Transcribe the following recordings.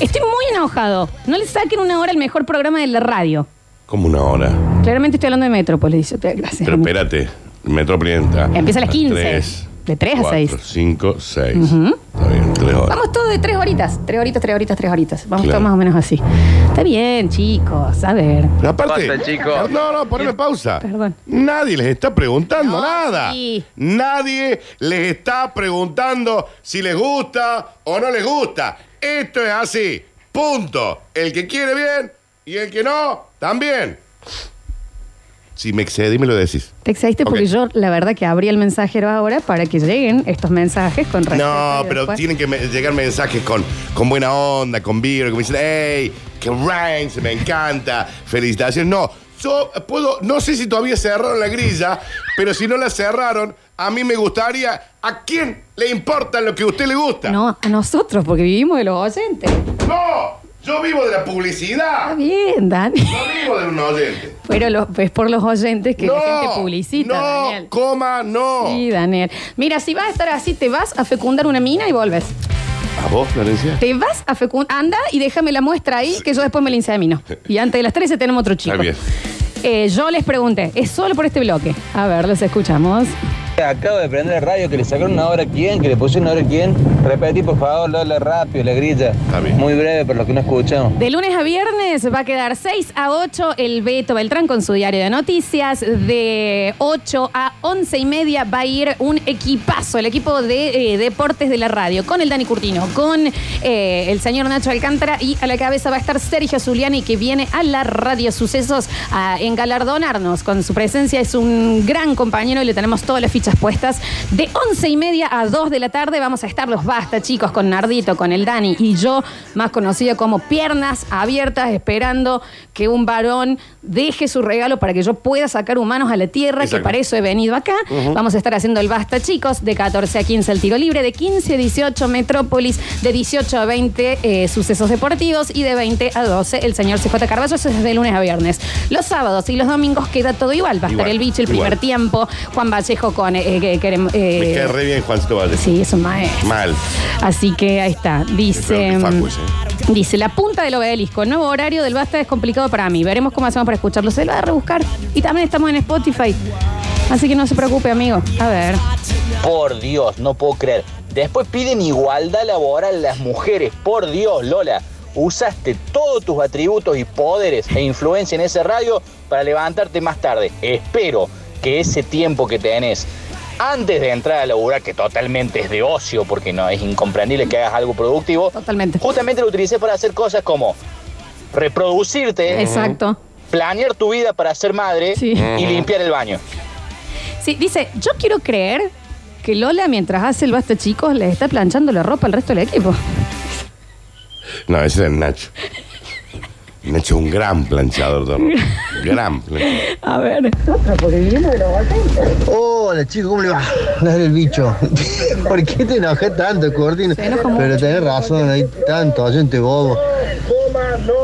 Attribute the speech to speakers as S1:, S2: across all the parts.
S1: Estoy muy enojado. No le saquen una hora el mejor programa de la radio.
S2: Como una hora.
S1: Claramente estoy hablando de Metrópolis. dice. Gracias.
S2: Pero
S1: amigo.
S2: espérate, Metrópolis entra.
S1: Empieza a las 15.
S2: Tres,
S1: De tres a
S2: cuatro,
S1: seis.
S2: cinco, seis. Está bien, tres horas.
S1: Vamos todo de tres horitas. Tres horitas, tres horitas, tres horitas. Vamos
S2: Claro.
S1: todo más o menos así. Está bien, chicos. A ver.
S2: Pero aparte,
S3: Basta, chicos.
S2: no, no, poneme pausa.
S1: Eh, Perdón.
S2: Nadie les está preguntando
S1: No,
S2: nada.
S1: sí.
S2: Nadie les está preguntando si les gusta o no les gusta. Esto es así. Punto. El que quiere bien y el que no, también. Si me excedí, me lo decís.
S1: Te excediste
S2: Ok.
S1: porque yo, la verdad, que abrí el mensajero ahora para que lleguen estos mensajes con respeto.
S2: No,
S1: y
S2: pero
S1: después-
S2: tienen que me- llegar mensajes con, con buena onda, con vibra, que me dicen, hey, que ranks, me encanta, felicitaciones. No, yo puedo, no sé si todavía cerraron la grilla, pero si no la cerraron, a mí me gustaría, ¿a quién le importa lo que a usted le gusta?
S1: No, a nosotros, porque vivimos de los oyentes.
S2: No, yo vivo de la
S1: Está
S2: publicidad,
S1: bien, Dani.
S2: no vivo de un oyente.
S1: Pero lo- es por los oyentes que
S2: no,
S1: la gente publicita,
S2: no,
S1: Daniel.
S2: coma, no.
S1: Sí, Daniel. Mira, si vas a estar así, te vas a fecundar una mina y volves.
S2: ¿A vos, Florencia?
S1: Te vas a fecundar. Anda y déjame la muestra ahí, que yo después me la insemino. Y antes de las 13 tenemos otro chico.
S2: Está bien.
S1: Eh, yo les pregunté, es solo por este bloque. A ver, los escuchamos.
S4: Acabo de prender el radio que le sacaron una hora a quién, que le pusieron una hora a quién. Repetí, por favor, Lola, rápido, la grilla.
S2: Está bien.
S4: Muy breve para los que no escuchamos.
S1: De lunes a viernes va a quedar 6 a 8 el Beto Beltrán con su diario de noticias. De 8 a 11 y media va a ir un equipazo, el equipo de eh, deportes de la radio, con el Dani Curtino, con eh, el señor Nacho Alcántara y a la cabeza va a estar Sergio Zuliani que viene a la radio Sucesos a engalardonarnos con su presencia. Es un gran compañero y le tenemos todas las fichas puestas. De 11 y media a 2 de la tarde vamos a estar los basta, chicos, con Nardito, con el Dani y yo, más conocido como Piernas Abiertas, esperando que un varón deje su regalo para que yo pueda sacar humanos a la tierra, que
S2: Exacto.
S1: para eso he venido acá. Vamos a estar haciendo el basta, chicos, de 14 a 15 el tiro libre, de 15 a 18 Metrópolis, de 18 a 20 eh, sucesos deportivos y de 20 a 12 el señor CJ Carballo, eso es de lunes a viernes. Los sábados y los domingos queda todo igual, va a estar
S2: Igual,
S1: el bicho el primer
S2: igual.
S1: tiempo, Juan Vallejo con... eh, que- queremos, eh,
S2: Me cae re bien, Juancito Valle.
S1: Sí, eso más es.
S2: Mal.
S1: Así que ahí está. Dice. mm,
S2: Es peor que Facu ese, ¿eh?
S1: Dice, la punta del obelisco, nuevo horario del basta es complicado para mí. Veremos cómo hacemos para escucharlo. Se lo va a rebuscar. Y también estamos en Spotify. Así que no se preocupe, amigo. A ver.
S5: Por Dios, no puedo creer. Después piden igualdad laboral a las mujeres. Por Dios, Lola. Usaste todos tus atributos y poderes e influencia en ese radio para levantarte más tarde. Espero que ese tiempo que tenés antes de entrar a laburar, que totalmente es de ocio, porque no es incomprendible que hagas algo productivo,
S1: Totalmente.
S5: justamente lo utilicé para hacer cosas como reproducirte,
S1: Exacto.
S5: planear tu vida para ser madre
S1: Sí.
S5: y limpiar el baño.
S1: Sí, dice, yo quiero creer que Lola, mientras hace el basta, chicos, le está planchando la ropa al resto del equipo.
S2: No, ese era el Nacho. Nacho es un gran planchador de ropa. gran planchador.
S1: A ver.
S6: Hola chicos, ¿cómo le va? No era el bicho. ¿Por qué te enojas tanto, Cortina?
S1: Se enoja mucho.
S6: Pero tenés razón, hay tanto oyente bobo.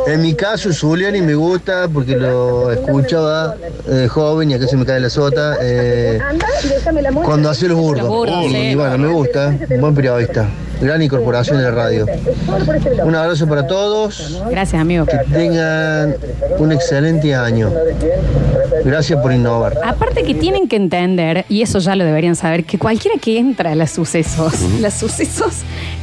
S6: En mi caso, Zuliani me gusta porque lo escuchaba eh, joven y acá se me cae la sota. eh, cuando hacía los burdos.
S1: Los burdos, sí.
S6: Y bueno, me gusta, un buen periodista. Gran incorporación de la radio. Un abrazo para todos.
S1: Gracias, amigo.
S6: Que tengan un excelente año. Gracias por innovar.
S1: Aparte que tienen que entender, y eso ya lo deberían saber, que cualquiera que entra a las sucesos, las sucesos,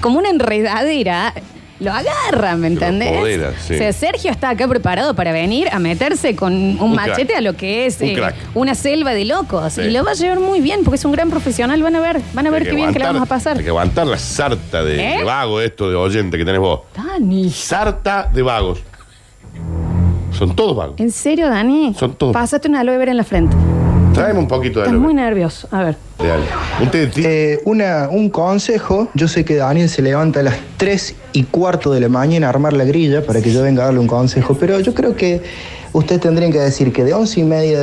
S1: como una enredadera, lo agarra, ¿me entendés?
S2: apodera, sí.
S1: O sea, Sergio está acá preparado para venir a meterse con un,
S2: crack.
S1: machete a lo que es eh,
S2: Un crack.
S1: una selva de locos.
S2: Sí.
S1: Y lo va a llevar muy bien, porque es un gran profesional, van a ver, van a ver
S2: Hay
S1: qué bien que la
S2: aguantar-
S1: vamos a pasar.
S2: Hay que aguantar la sarta de,
S1: ¿Eh?
S2: de vago esto de oyente que tenés vos.
S1: Dani.
S2: Sarta de vagos. Son todos vagos.
S1: ¿En serio, Dani?
S2: Son todos.
S1: Pásate una aloe vera en la frente.
S2: Tráeme un poquito de
S1: Estás muy
S2: aloe.
S1: nervioso. A ver.
S2: Dale. Un té de ti-
S7: Eh, una, un consejo, yo sé que Daniel se levanta a las 3 y cuarto de la mañana a armar la grilla para que yo venga a darle un consejo, pero yo creo que ustedes tendrían que decir que de 11 y media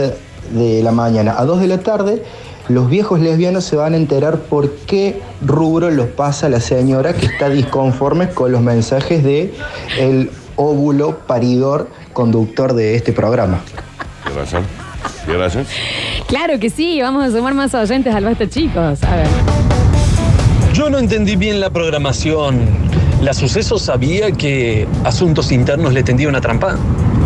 S7: de la mañana a 2 de la tarde, los viejos lesbianos se van a enterar por qué rubro los pasa la señora que está disconforme con los mensajes de el óvulo paridor conductor de este programa.
S2: Tienes razón. Tienes razón.
S1: Claro que sí, vamos a sumar más oyentes al basta, chicos. A ver.
S8: Yo no entendí bien la programación.
S3: La suceso sabía que asuntos internos le tendía una trampa.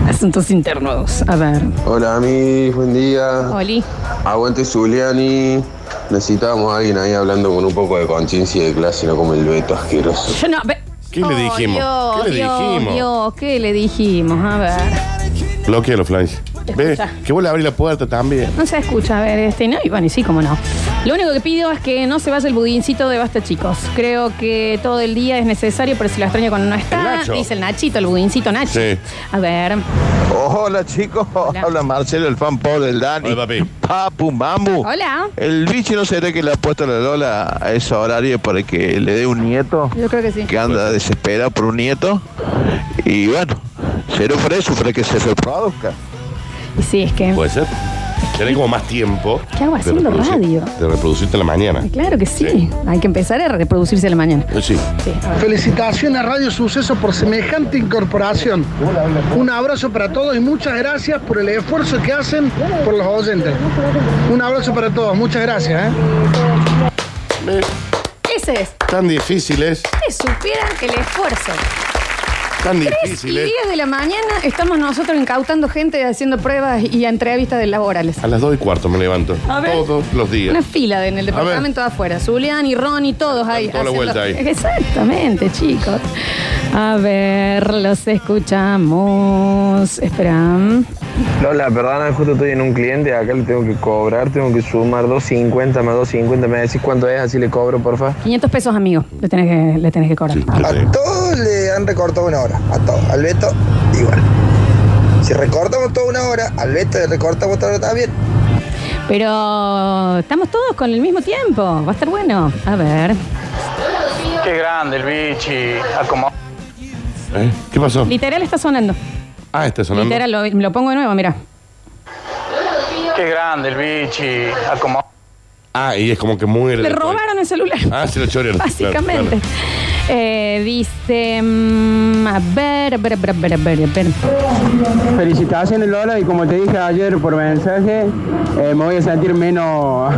S1: Asuntos internos. A ver.
S8: Hola, mi buen día.
S1: Oli.
S8: Aguante Zuliani. Necesitábamos a alguien ahí hablando con un poco de conciencia y de clase, no como el dueto asqueroso.
S1: Yo no. ve-
S2: ¿Qué le dijimos?
S1: Dios,
S2: ¿Qué le
S1: Dios,
S2: dijimos?
S1: Dios, ¿qué le dijimos? A ver.
S2: Bloquea los flanges. Ve,
S1: Escucha.
S2: que vos le abrís la puerta también.
S1: No se escucha, a ver, este, ¿no? Y bueno, y sí, cómo no. Lo único que pido es que no se vaya el budincito de basta, chicos. Creo que todo el día es necesario, pero si lo extraño cuando no
S2: El
S1: está,
S2: Nacho.
S1: dice el Nachito, el budincito Nacho.
S2: Sí.
S1: A ver.
S9: Hola chicos,
S1: Hola.
S9: habla Marcelo el fan pobre del Dani.
S2: Hola, papi.
S9: Papu, mamu.
S1: Hola.
S9: Oh. El bicho no será que le ha puesto la Lola a ese horario para que le dé un nieto
S1: Yo creo que sí.
S9: que anda desesperado por un nieto. Y bueno, será por eso, para que se reproduzca.
S1: Y sí, es que.
S2: Puede ser. Tenés como más tiempo.
S1: ¿Qué hago
S2: de
S1: haciendo
S2: reproducir-
S1: radio?
S2: De reproducirte a la mañana.
S1: Claro que sí.
S2: Sí.
S1: Hay que empezar a reproducirse a la mañana.
S2: Yo sí.
S1: Sí, a ver.
S10: Felicitaciones a Radio Suceso por semejante incorporación. Un abrazo para todos y muchas gracias por el esfuerzo que hacen por los oyentes. Un abrazo para todos, muchas gracias. ¿eh?
S2: Ve,
S1: Ese es.
S2: Tan difíciles,
S1: Que supieran el esfuerzo.
S2: tan
S1: 3
S9: ¿eh?
S1: y
S2: difíciles.
S1: 10 de la mañana estamos nosotros incautando gente haciendo pruebas y entrevistas de laborales.
S2: A las 2 y cuarto me levanto.
S1: A ver.
S2: Todos los
S1: Una
S2: días.
S1: fila de- en el
S2: A ver.
S1: departamento de afuera. Julián y Ronnie, todos ahí.
S2: toda la
S1: haciendo-
S2: vuelta ahí.
S1: Exactamente, chicos. A ver, los escuchamos. Esperan.
S4: Lola, perdona, justo estoy en un cliente, acá le tengo que cobrar, tengo que sumar 2.50 más 2.50, me decís cuánto es, así le cobro, porfa.
S1: 500 pesos, amigo. Le tenés que, le tenés que cobrar. Ah.
S2: Sí, yo sé.
S10: todos le han recortado una hora, a todos. Al Beto, igual. Si recortamos toda una hora, al Beto le recortamos toda una hora también.
S1: Pero estamos todos con el mismo tiempo. Va a estar bueno. A ver.
S4: Qué grande el bichi.
S2: ¿Eh? ¿Qué pasó?
S1: Literal está sonando.
S2: Ah, está sonando.
S1: Literal, lo, lo pongo de nuevo, mira.
S4: Qué grande el bichi.
S2: Ah, y es como que muere.
S1: Le
S2: después.
S1: robaron el celular.
S2: Ah, se lo chorearon.
S1: Básicamente.
S2: Claro, claro.
S1: Eh, dice. mm, a ver, a ver, a ver, a ver, a ver, a ver.
S10: Felicitaciones Lola y como te dije ayer por mensaje, eh, me voy a sentir menos,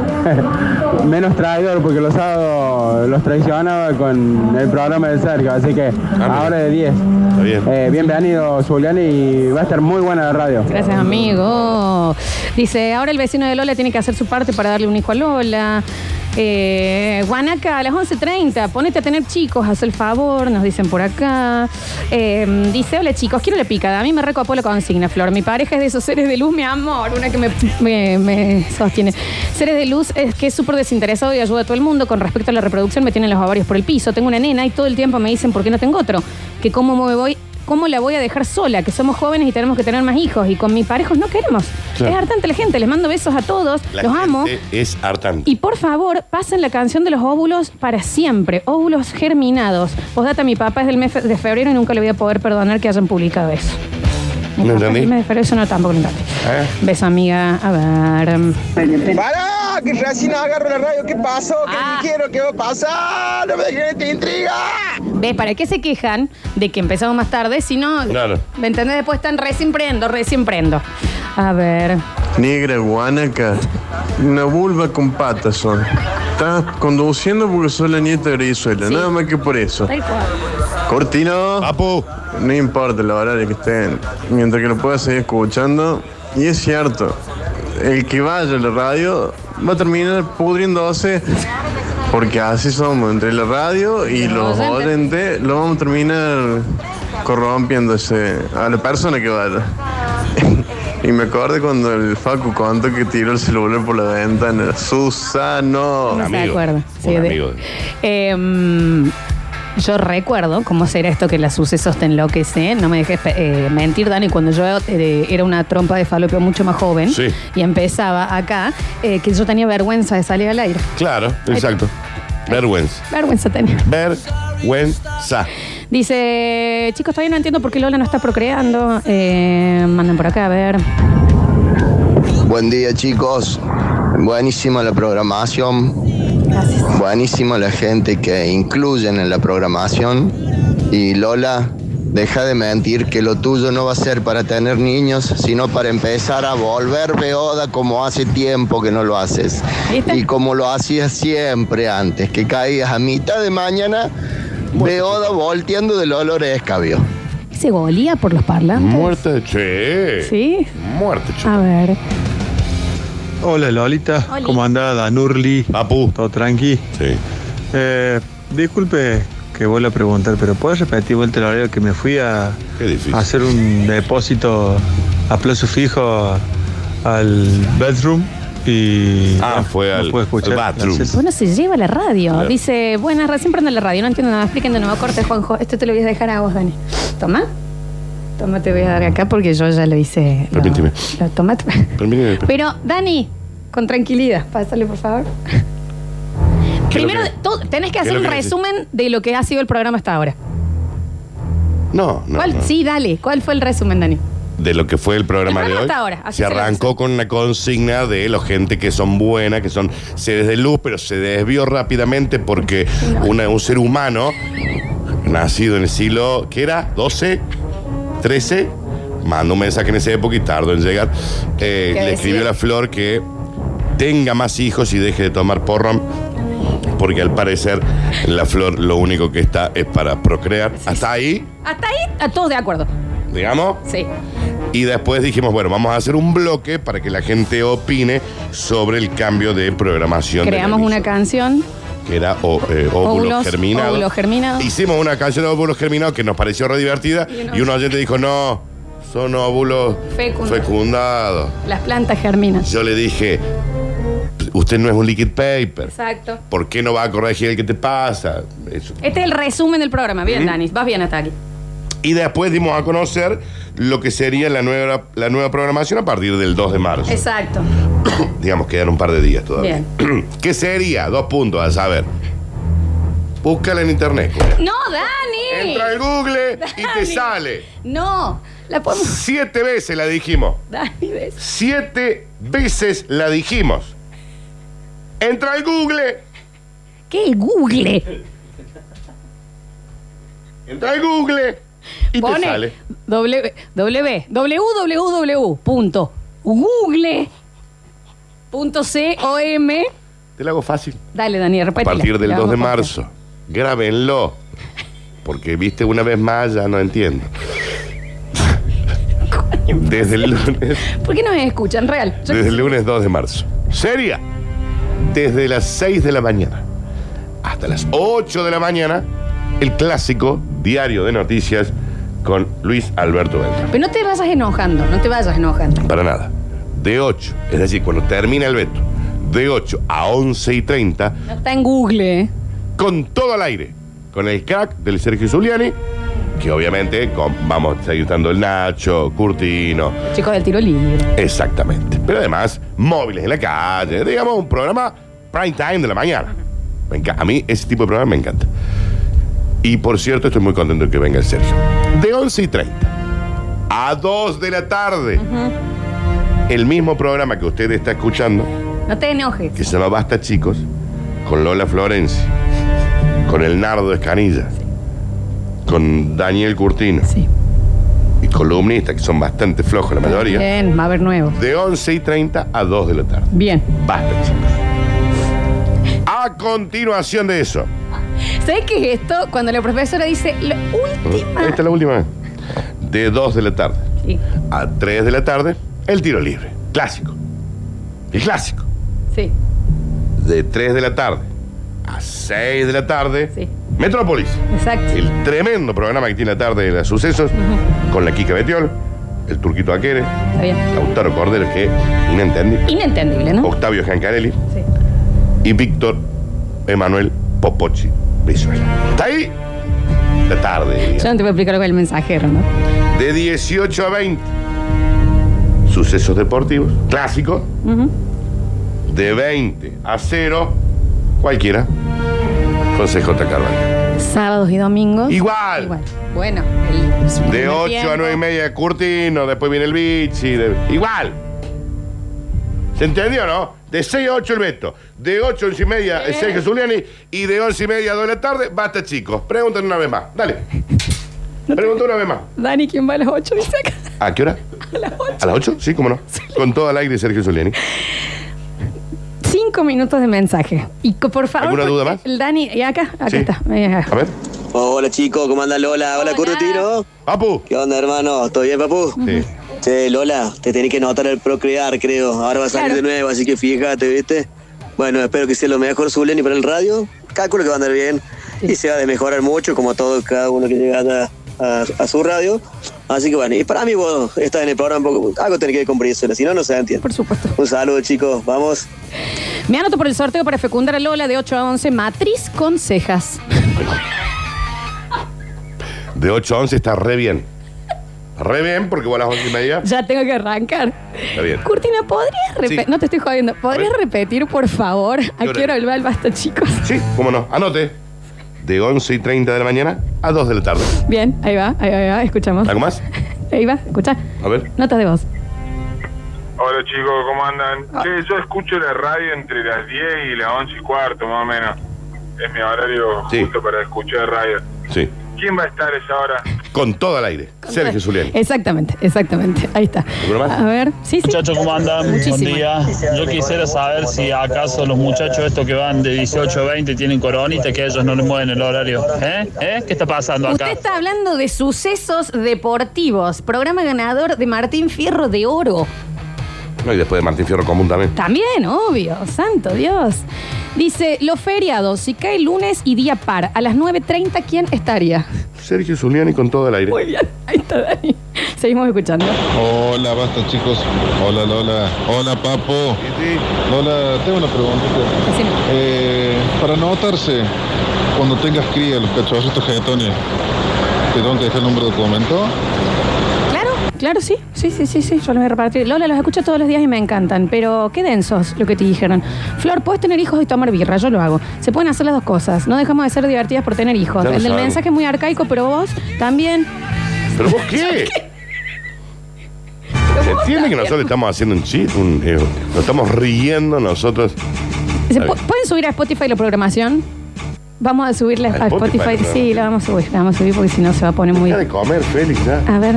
S10: menos traidor porque los sábados los traicionaba con el programa de cerca, así que
S2: Ah, mira.
S10: ahora de 10.
S2: Está bien.
S10: Eh, bienvenido Julián y va a estar muy buena la radio.
S1: Gracias, amigo. Dice, ahora el vecino de Lola tiene que hacer su parte para darle un hijo a Lola. Eh, Guanaca, a las 11.30, ponete a tener chicos, haz el favor, nos dicen por acá. Eh, dice, hola chicos, quiero la picada. A mí me recopó la consigna, Flor. Mi pareja es de esos seres de luz, mi amor, una que me, me- me sostiene. Seres de luz es que es súper desinteresado y ayuda a todo el mundo. Con respecto a la reproducción, me tienen los ovarios por el piso. Tengo una nena y todo el tiempo me dicen, ¿por qué no tengo otro? Que cómo me voy ¿Cómo la voy a dejar sola? Que somos jóvenes y tenemos que tener más hijos. Y con mis parejos no queremos.
S2: Claro.
S1: Es hartante la gente. Les mando besos a todos.
S2: La
S1: los
S2: gente
S1: amo.
S2: Es hartante.
S1: Y por favor, pasen la canción de los óvulos para siempre. Óvulos germinados. Postdata, mi papá es del mes fe- de febrero y nunca le voy a poder perdonar que hayan publicado eso. Mi
S2: No
S1: papá es del
S2: entendí.
S1: mes de febrero, eso no tampoco lo entendí.
S2: ¿Eh?
S1: Beso, amiga. A ver.
S10: ¡Para! Que recién agarro la radio, ¿qué pasó?
S1: ¿Qué Ah.
S10: quiero? ¿Qué va a pasar? ¡No me dejes te intriga!
S1: ¿Ves? ¿Para qué se quejan de que empezamos más tarde? Si no,
S2: Claro.
S1: ¿me entendés? Después están recién prendo, recién prendo. A ver.
S8: Negra guanaca, una vulva con patas son. Estás conduciendo porque soy la nieta de Brizuela,
S1: Sí. nada
S8: más que por eso.
S1: Tal cual.
S8: Cortino.
S2: Papu.
S8: No importa la horario que estén, mientras que lo puedas seguir escuchando. Y es cierto, el que vaya a la radio va a terminar pudriéndose, porque así somos, entre la radio y
S1: Los
S8: los
S1: oyentes.
S8: oyentes, lo vamos a terminar corrompiéndose a la persona que vaya. Y me acordé cuando el Facu contó que tiró el celular por la ventana. Susano.
S1: No se
S2: amigo.
S1: acuerda. Sí,
S2: Un
S1: de-
S2: amigo.
S1: Eh, mm, yo recuerdo cómo será esto que la sucesos te enloquece. No me dejes eh, mentir, Dani, cuando yo eh, era una trompa de falopio mucho más joven
S2: Sí.
S1: y empezaba acá, eh, que yo tenía vergüenza de salir al aire.
S2: Claro, exacto. Vergüenza.
S1: Vergüenza tenía.
S2: Vergüenza.
S1: Dice, chicos, todavía no entiendo por qué Lola no está procreando. Eh, mandan por acá a ver.
S6: Buen día chicos, buenísima la programación,
S1: Gracias.
S6: buenísima la gente que incluyen en la programación y Lola, deja de mentir que lo tuyo no va a ser para tener niños, sino para empezar a volver beoda como hace tiempo que no lo haces
S1: ¿Viste?
S6: y como lo hacías siempre antes, que caías a mitad de mañana Ve Oda volteando del olor a escabio.
S1: ¿Se golía por los parlantes?
S2: Muerta de che.
S1: ¿Sí? Ah.
S2: Muerta de che.
S1: A ver.
S11: Hola Lolita,
S1: Oli.
S11: ¿cómo anda Danurli?
S2: Papu.
S11: ¿Todo tranqui?
S2: Sí.
S11: Eh, disculpe que vuelva a preguntar, pero ¿puedes repetir vuelta el horario que me fui a,
S2: Qué difícil.
S1: Ah.
S11: a hacer un depósito a plazo fijo al bedroom? Y
S2: Ah,
S11: bueno,
S2: fue
S11: no
S2: al-
S11: pude escuchar.
S2: al bathroom.
S11: Gracias.
S1: Bueno, se lleva la radio.
S2: Claro.
S1: Dice, buenas, ra- siempre anda la radio. No entiendo nada. Expliquen de nuevo. Corte, Juanjo. Esto te lo voy a dejar a vos, Dani. Toma. Toma, te voy a dar acá porque yo ya lo hice. lo-
S2: Permíteme.
S1: Lo, toma.
S2: Permíteme.
S1: Pero, Dani, con tranquilidad. Pásale, por favor. Primero,
S2: que-
S1: de todo, tenés que
S2: es
S1: hacer
S2: lo
S1: un
S2: que neces-
S1: resumen de lo que ha sido el programa hasta ahora.
S2: No, no.
S1: ¿Cuál?
S2: no.
S1: Sí, dale. ¿Cuál fue el resumen, Dani?
S2: de lo que fue el programa
S1: El
S2: de hoy.
S1: programa hasta ahora, así
S2: se
S1: se lo
S2: arrancó con una consigna de la gente que son buenas, que son seres de luz, pero se desvió rápidamente porque una- un ser humano nacido en el siglo, ¿qué era? ¿12? ¿13? Mandó un mensaje en esa época y tardó en llegar. Eh,
S1: ¿Qué
S2: le
S1: decía?
S2: escribió a la flor que tenga más hijos y deje de tomar porro. Porque al parecer la flor lo único que está es para procrear. Hasta ahí,
S1: Hasta ahí, a todos de acuerdo.
S2: digamos.
S1: Sí.
S2: Y después dijimos, bueno, vamos a hacer un bloque para que la gente opine sobre el cambio de programación. de la
S1: Creamos
S2: emisora,
S1: una canción.
S2: Que era o- eh, óvulos,
S1: Óvulos,
S2: germinados.
S1: óvulos germinados.
S2: Hicimos una canción de óvulos germinados que nos pareció re divertida.
S1: Y un
S2: Y un oyente dijo, no, son óvulos
S1: Fecundados.
S2: fecundados.
S1: Las plantas germinan.
S2: Yo le dije, usted no es un liquid paper.
S1: Exacto.
S2: ¿Por qué no va a corregir el que te pasa? Eso.
S1: Este es el resumen del programa. Bien, Dani. Vas bien hasta aquí.
S2: Y después dimos a conocer lo que sería la nueva, la nueva programación a partir del 2 de marzo.
S1: Exacto.
S2: digamos, quedan un par de días todavía. ¿Qué sería? Dos puntos, a saber. Búscala en internet. Julia.
S1: ¡No, Dani!
S2: Entra al Google y te
S1: Dani.
S2: sale.
S1: No, la podemos.
S2: Siete veces la dijimos.
S1: Dani, ¿ves?
S2: Siete veces la dijimos. Entra al Google.
S1: ¿Qué el Google?
S2: Entra al Google. Y te
S1: Pone
S2: sale.
S1: W, W, www. Punto. Google. Punto C O M.
S2: Te lo hago fácil.
S1: Dale, Dani,
S2: A
S1: repítela.
S2: partir del
S1: La
S2: 2 de
S1: vamos a
S2: marzo. Grábenlo. Porque viste una vez más, ya no entiendo. Desde el lunes.
S1: postear. ¿Por qué no me escuchan? Real. Yo-
S2: Desde el lunes 2 de marzo. Sería desde las 6 de la mañana hasta las 8 de la mañana el clásico diario de noticias con Luis Alberto Beltrán.
S1: Pero no te vayas enojando, no te vayas enojando.
S2: Para nada. De 8, es decir, cuando termina el veto, de 8 a 11 y 30,
S1: No está en Google, ¿eh?
S2: con todo al aire, con el crack del Sergio Zuliani, que obviamente con- vamos a seguir dando el Nacho, Curtino,
S1: Chicos del tiro libre.
S2: Exactamente. Pero además, móviles en la calle, digamos, un programa prime time de la mañana. Me enca- a mí ese tipo de programa me encanta. Y por cierto, estoy muy contento de que venga el Sergio. De 11 y 30 a 2 de la tarde, el mismo programa que usted está escuchando,
S1: No te enojes.
S2: que se llama Basta Chicos, con Lola Florencia, con el Nardo Escanilla, con Daniel Curtino
S1: Sí.
S2: y columnistas, que son bastante flojos la mayoría,
S1: Bien, va a haber nuevo.
S2: de 11 y 30 a 2 de la tarde.
S1: Bien.
S2: Basta, chicos. A continuación de eso.
S1: ¿Sabes qué es esto? Cuando la profesora dice la última.
S2: Esta es la última. vez. De 2 de la tarde
S1: Sí,
S2: a 3 de la tarde, el tiro libre. Clásico. El clásico.
S1: sí,
S2: De 3 de la tarde a 6 de la tarde,
S1: Sí.
S2: Metrópolis.
S1: exacto.
S2: El tremendo programa que tiene la tarde de los sucesos, con la Kika Betiol, el Turquito Aquere,
S1: Está bien.
S2: Lautaro Cordero, que inentendible,
S1: Inentendible, ¿no?
S2: Octavio Giancarelli
S1: Sí.
S2: y Víctor Emanuel Popochi Brizuela. ¿Está ahí? La tarde.
S1: Yo
S2: digamos.
S1: no te voy a explicar lo que es el mensajero, ¿no?
S2: De 18 a 20. Sucesos deportivos, clásicos. De 20 a 0, cualquiera. Consejo J. Carvalho.
S1: Sábados y domingos.
S2: Igual.
S1: Igual. Bueno, el.
S2: De 8 a 9 y media, Curtino, después viene el Bichi. de- Igual. ¿Se entendió, no? De 6 a 8 el Beto. De 8 a 11 y media, el Sergio Zuliani. Y de 11 y media a 2 de la tarde, basta, chicos. Pregunten una vez más. Dale. Pregunta una vez más.
S1: Dani, ¿quién va a las 8? Dice acá.
S2: ¿A qué hora? A las 8. ¿A las 8? Sí, cómo no. Con todo al aire, Sergio Zuliani.
S1: Cinco minutos de mensaje. Y co- por favor.
S2: ¿Alguna
S1: por- pues,
S2: duda más?
S1: El Dani, y acá, acá
S2: Sí.
S1: está. Ahí, acá.
S2: A ver.
S12: Hola chicos, ¿cómo anda Lola? Hola, Currutino.
S2: Papu.
S12: ¿Qué onda, hermano? ¿Todo bien, papu?
S2: Sí.
S12: Che, Lola, te tenés que notar el procrear, creo. Ahora va a salir
S13: Claro.
S12: de nuevo, así que fíjate, ¿viste? Bueno, espero que sea lo mejor Zuleni para el radio. Calculo que va a andar bien. Y se va a desmejorar mucho, como todo, cada uno que llega allá a, a su radio. Así que bueno, y para mí vos estás en el programa, un poco- algo tenés que comprenderlo, si no, no se entiende.
S1: Por supuesto.
S12: Un saludo, chicos. Vamos.
S1: Me anoto por el sorteo para fecundar a Lola de 8 a 11, matriz con cejas.
S2: De 8 a 11 está re bien. Re bien, porque vos a las 11 y media.
S1: Ya tengo que arrancar.
S2: Está bien.
S1: Curtina, ¿podrías repetir?
S2: Sí.
S1: No te estoy jodiendo. ¿Podrías repetir, por favor, a
S2: horario?
S1: qué hora va el basta, chicos?
S2: Sí, cómo no. Anote. De 11 y 30 de la mañana a 2 de la tarde.
S1: Bien, ahí va, ahí va, ahí va, escuchamos.
S2: ¿Algo más?
S1: Ahí va, escucha.
S2: A ver.
S1: Eh, Notas de voz.
S14: Hola chicos, ¿cómo andan?
S8: Ah.
S14: Che, yo escucho la radio entre las 10 y las 11 y cuarto, más o menos. Es mi horario
S2: Sí.
S14: justo para escuchar radio.
S2: Sí.
S14: ¿Quién va a estar a esa hora?
S2: Con todo al aire. Sergio Zuliani.
S1: Exactamente, exactamente. Ahí está.
S2: ¿Alguno más?
S1: A ver, sí, sí.
S15: Muchachos, ¿cómo andan? Buen
S1: Muchísimo.
S15: día. Yo quisiera saber si acaso los muchachos estos que van de 18 a 20 tienen coronita, que ellos no les mueven el horario. ¿Eh? ¿Eh? ¿Qué está pasando acá?
S1: Usted está hablando de sucesos deportivos. Programa ganador de Martín Fierro de Oro.
S2: No, y después de Martín Fierro Común también.
S1: También, obvio. Santo Dios. Dice, los feriados, si cae lunes y día par, a las 9.30, ¿quién estaría?
S2: Sergio Zuliani con todo al aire. Muy
S1: bien. Ahí está Dani. Seguimos escuchando.
S16: Hola, basta chicos. Hola, Lola. Hola, Papo. Lola, tengo una preguntita. Eh, para anotarse, cuando tengas cría, los cachorros estos jetones, ¿te tengo que dejar el número de documento?
S1: Claro, claro, sí. Sí, sí, sí, sí. Yo los voy a repartir. Lola, los escucho todos los días y me encantan. Pero qué densos lo que te dijeron. Flor, puedes tener hijos y tomar birra. Yo lo hago. Se pueden hacer las dos cosas. No dejamos de ser divertidas por tener hijos.
S2: Ya lo
S1: El del
S2: sabemos.
S1: mensaje es muy arcaico, pero vos también.
S2: ¿Pero vos qué? ¿Se entiende que nosotros estamos haciendo un chiste? Un, eh, nos estamos riendo nosotros.
S1: ¿Se pu- ¿Pueden subir a Spotify la programación? Vamos a subirla a
S2: Spotify,
S1: Spotify.
S2: claro.
S1: Sí, la vamos a subir. La vamos a subir porque si no se va a poner muy.
S2: de comer, Félix, ya.
S1: A ver.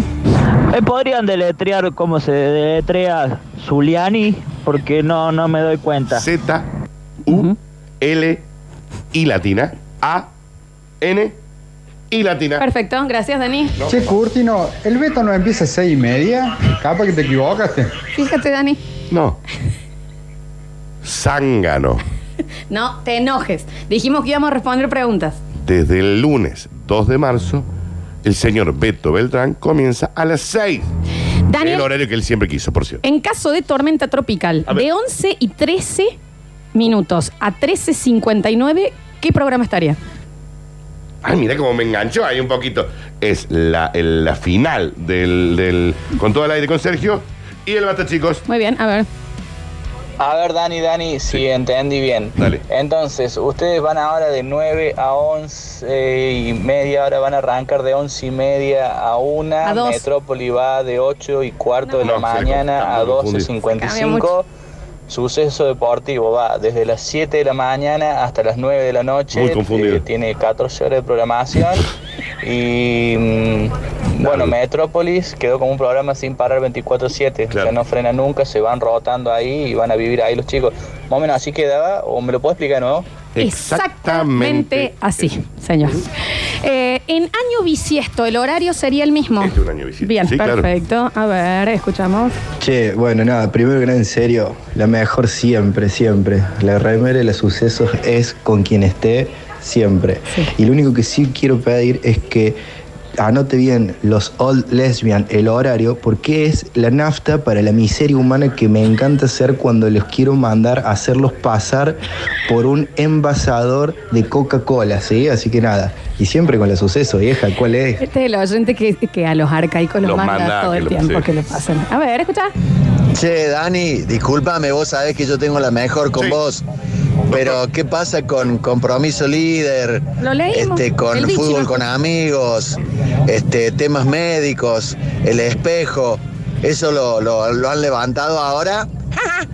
S17: ¿Me Eh, podrían deletrear cómo se deletrea Zuliani? Porque no, no me doy cuenta.
S2: Z, U, L, I latina, A, N, I latina.
S1: Perfecto. Gracias, Dani.
S18: Che, Curtino, el Beto no empieza a seis y media. Capaz que te equivocaste.
S1: Fíjate, Dani.
S2: No. Zángano.
S1: No, te enojes. Dijimos que íbamos a responder preguntas.
S2: Desde el lunes 2 de marzo, el señor Beto Beltrán comienza a las 6.
S1: Daniel.
S2: El horario que él siempre quiso, por cierto.
S1: En caso de tormenta tropical, de 11 y 13 minutos a 13.59, ¿qué programa estaría?
S2: Ay, mira cómo me enganchó ahí un poquito. Es la, el- la final del, del- Con todo el aire con Sergio y el Bata Chicos.
S1: Muy bien, a ver.
S5: A ver, Dani, Dani, si entendí bien. Entonces, ustedes van ahora de 9 a 11 y media, ahora van a arrancar de 11 y media a 1.
S1: A dos.
S5: Metrópoli va de 8 y cuarto de la
S2: No, se
S5: mañana a
S2: confundió.
S1: Cambia mucho.
S5: 12.55. Suceso deportivo va desde las 7 de la mañana hasta las 9 de la noche.
S2: Muy confundido.
S5: Eh, tiene 14 horas de programación. Y mm, bueno, Metrópolis quedó como un programa sin parar 24-7. O sea, no frena nunca, se van rotando ahí y van a vivir ahí los chicos. Más o menos así quedaba, o me lo puedo explicar de nuevo.
S1: Exactamente así,
S2: Este
S1: señor. Eh, en año bisiesto, el horario sería el mismo.
S7: Este es un año bisiesto.
S1: Bien,
S7: Sí, claro.
S1: perfecto. A ver, escuchamos.
S7: Che, bueno, nada, primero que nada, en serio, la mejor siempre, siempre. La remera de los sucesos es con quien esté siempre. Y lo único que sí quiero pedir es que anote bien los old lesbian, el horario, porque es la nafta para la miseria humana que me encanta hacer cuando los quiero mandar a hacerlos pasar por un envasador de Coca-Cola, ¿sí? Así que nada, y siempre con los sucesos, vieja, ¿cuál es?
S1: Este es el oyente que, que a los arcaicos los,
S7: Los
S1: manda,
S7: manda,
S1: todo
S7: que
S1: el
S7: lo-
S1: tiempo
S7: sí.
S1: que le pasen. A ver, escucha.
S19: Che, Dani, discúlpame, vos sabés que yo tengo la mejor con vos. Pero, ¿qué pasa con compromiso líder?
S1: Lo leímos.
S19: Este,
S1: El
S19: con
S1: bichi,
S19: fútbol
S1: ¿no?
S19: con amigos, este, temas médicos, el espejo. ¿Eso lo, lo- lo han levantado ahora?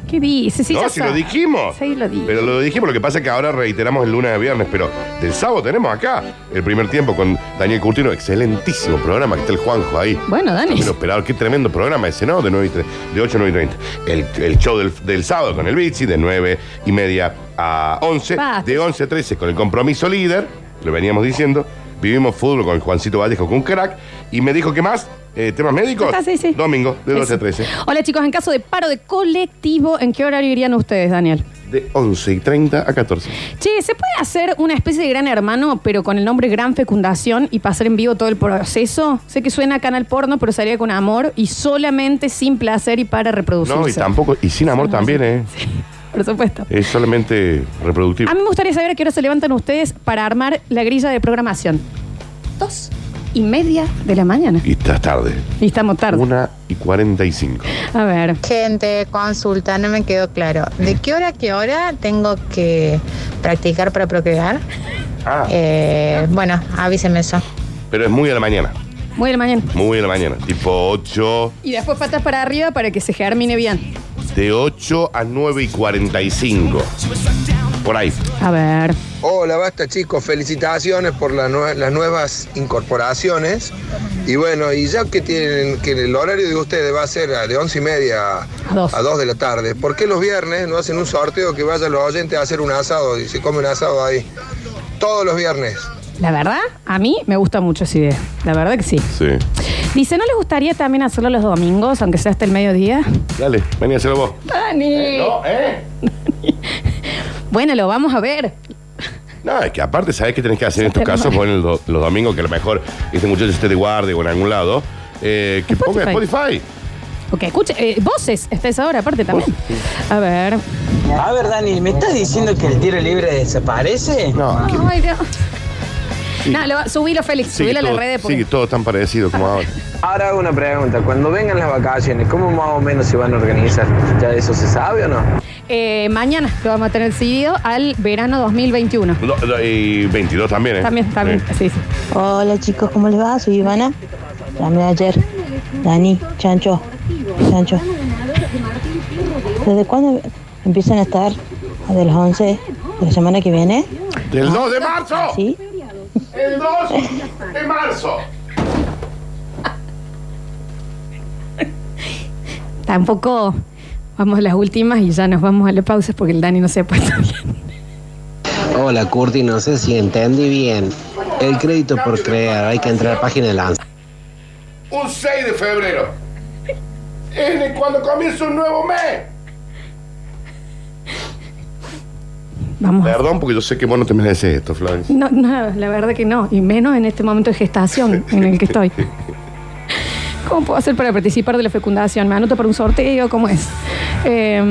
S1: ¿Qué dice? Sí, ya
S2: no, si
S1: sabe.
S2: lo dijimos.
S1: Sí, lo dijimos.
S2: Pero lo dijimos, lo que pasa es que ahora reiteramos el lunes a viernes, pero del sábado tenemos acá el primer tiempo con Daniel Curtino, excelentísimo programa, que está el Juanjo ahí.
S1: Bueno, Dani.
S2: El operador, qué tremendo programa ese, ¿no? De, 9 y tre- de 8 a 9 y 30. El, el show del, del sábado con el Bici, de 9 y media a 11.
S1: Basta.
S2: De 11 a 13 con el compromiso líder, lo veníamos diciendo. Vivimos fútbol con Juancito Vallejo, con un crack. Y me dijo, ¿qué más? Eh, ¿Temas médicos?
S1: Está, Ah, sí, sí.
S2: Domingo, de 12 a 13.
S1: Hola chicos, en caso de paro de colectivo, ¿en qué horario irían ustedes, Daniel?
S2: De 11 y 30 a 14.
S1: Che, ¿se puede hacer una especie de gran hermano, pero con el nombre Gran Fecundación y pasar en vivo todo el proceso? Sé que suena a canal porno, pero sería con amor y solamente sin placer y para reproducirse.
S2: No, y tampoco, y sin amor también, ¿eh?
S1: Por supuesto.
S2: Es solamente reproductivo.
S1: A mí me gustaría saber a qué hora se levantan ustedes para armar la grilla de programación. Dos y media de la mañana.
S2: Y está tarde.
S1: Y estamos tarde.
S2: Una y 45.
S1: A ver.
S13: Gente, consulta, no me quedó claro. ¿De qué hora a qué hora tengo que practicar para procrear?
S2: Ah.
S13: Eh, bueno, avíseme eso.
S2: Pero es muy a la mañana.
S1: Muy de la mañana.
S2: Muy a la mañana. Tipo 8.
S1: Y después patas para arriba para que se germine bien.
S2: De 8 a 9 y 45. Por ahí.
S1: A ver.
S20: Hola, basta chicos, felicitaciones por la nue- las nuevas incorporaciones. Y bueno, y ya que tienen que el horario de ustedes va a ser a- de once y media a
S1: a dos.
S20: de la tarde, ¿por qué los viernes no hacen un sorteo que vayan los oyentes a hacer un asado y se come un asado ahí? Todos los viernes.
S1: La verdad, a mí me gusta mucho esa idea. La verdad que sí.
S2: Sí.
S1: Dice, ¿no les gustaría también hacerlo los domingos, aunque sea hasta el mediodía?
S2: Dale, vení a hacerlo vos.
S1: Dani.
S2: Eh,
S1: Bueno, lo vamos a ver.
S2: No, es que aparte, ¿sabes qué tenés que hacer en estos
S1: Tenemos-
S2: casos? Poner el do- los domingos, que a lo mejor este muchacho esté de guardia o en algún lado. eh, que ponga Spotify.
S1: Porque escuche, eh, voces está esa hora aparte también. A ver.
S21: A ver, Dani, ¿me estás diciendo que el tiro libre desaparece?
S2: No.
S1: Ay, Dios.
S2: Ah, Sí.
S1: No, lo- subilo, Félix,
S2: Sí,
S1: subilo a
S2: todo-
S1: las redes.
S2: sí,
S1: Porque... Ah.
S2: todo tan parecido como ahora.
S4: Ahora hago una pregunta. Cuando vengan las vacaciones, ¿cómo más o menos se van a organizar? ¿Ya de eso se sabe o no?
S1: Eh, mañana lo vamos a tener seguido al verano 2021.
S2: No, no, y 22 también, ¿eh?
S1: También, también,
S2: Sí.
S1: sí, sí.
S22: Hola chicos, ¿cómo les va? Soy Ivana. Llamé ayer. Dani, Chancho, Chancho. ¿Desde cuándo empiezan a estar? ¿De las 11 de la semana que viene?
S2: ¡Del 2 de marzo!
S22: ¿Sí?
S2: ¡El 2 de marzo!
S1: Tampoco vamos a las últimas y ya nos vamos a la pausa porque el Dani no se ha puesto bien.
S23: Hola Curti, no sé si entendí bien. El crédito por crear, hay que entrar a página de lanza.
S2: Un 6 de febrero. Es de cuando comienza un nuevo mes.
S1: Vamos.
S2: Perdón, porque yo sé que vos no te mereces esto, Flores.
S1: No, no, la verdad que no. Y menos en este momento de gestación en el que estoy. ¿Cómo puedo hacer para participar de la fecundación? ¿Me anoto para un sorteo? ¿Cómo es? Eh,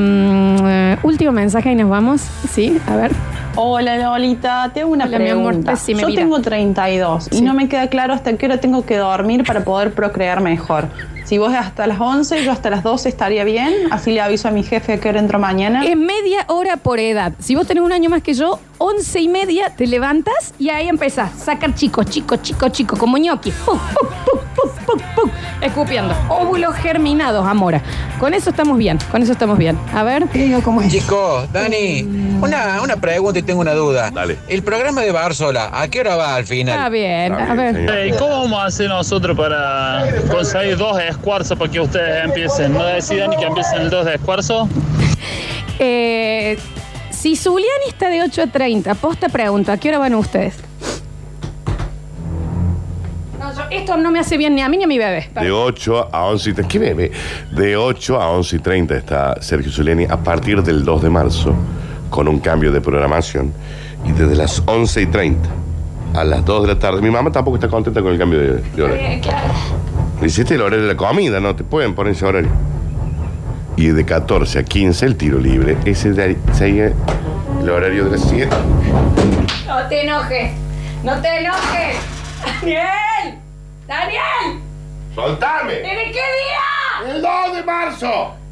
S1: mm, último mensaje y nos vamos. Sí, a ver.
S24: Hola Lolita, tengo una
S1: Hola, mi amor,
S24: pregunta.
S1: decime,
S24: Yo
S1: vida.
S24: tengo 32 y no me queda claro hasta qué hora tengo que dormir para poder procrear mejor. Si vos hasta las 11, yo hasta las 12 estaría bien. Así le aviso a mi jefe a qué hora entro mañana.
S1: Es media hora por edad. Si vos tenés un año más que yo, once y media te levantas y ahí empezás. Sacar chicos, chicos, chicos, chicos, como ñoqui. Puf, puf, puf, puf, puf, puf, escupiendo. Óvulos germinados, amora. Con eso estamos bien, con eso estamos bien. A ver. ¿cómo es?
S25: Chicos, Dani, una, una pregunta y tengo una duda. Dale. El programa de Barzola, ¿a qué hora va al final?
S1: Está Ah, bien, a ver.
S24: Ey, ¿Cómo vamos a hacer nosotros para conseguir dos escuarzos para que ustedes empiecen? ¿No decidan ni que empiecen el 2 de escuarzo?
S1: Eh, si Zuliani está de 8 a 30, posta pregunta, ¿a qué hora van ustedes? No, yo- esto no me hace bien ni a mí ni a mi bebé.
S2: De 8 a 11 y 30. ¿Qué bebé? De 8 a 11 y 30 está Sergio Zuleni a partir del 2 de marzo con un cambio de programación. Y desde las 11 y 30 a las 2 de la tarde. Mi mamá tampoco está contenta con el cambio de, de horario.
S1: Eh, claro.
S2: Le Hiciste este el horario de la comida, no te pueden poner ese horario. Y de 14 a 15 el tiro libre. Ese de ahí- sería el horario de las 7.
S1: No te enojes. No te enojes. Daniel. Daniel.
S2: ¡Soltame!
S1: qué día?
S2: El 2 de marzo.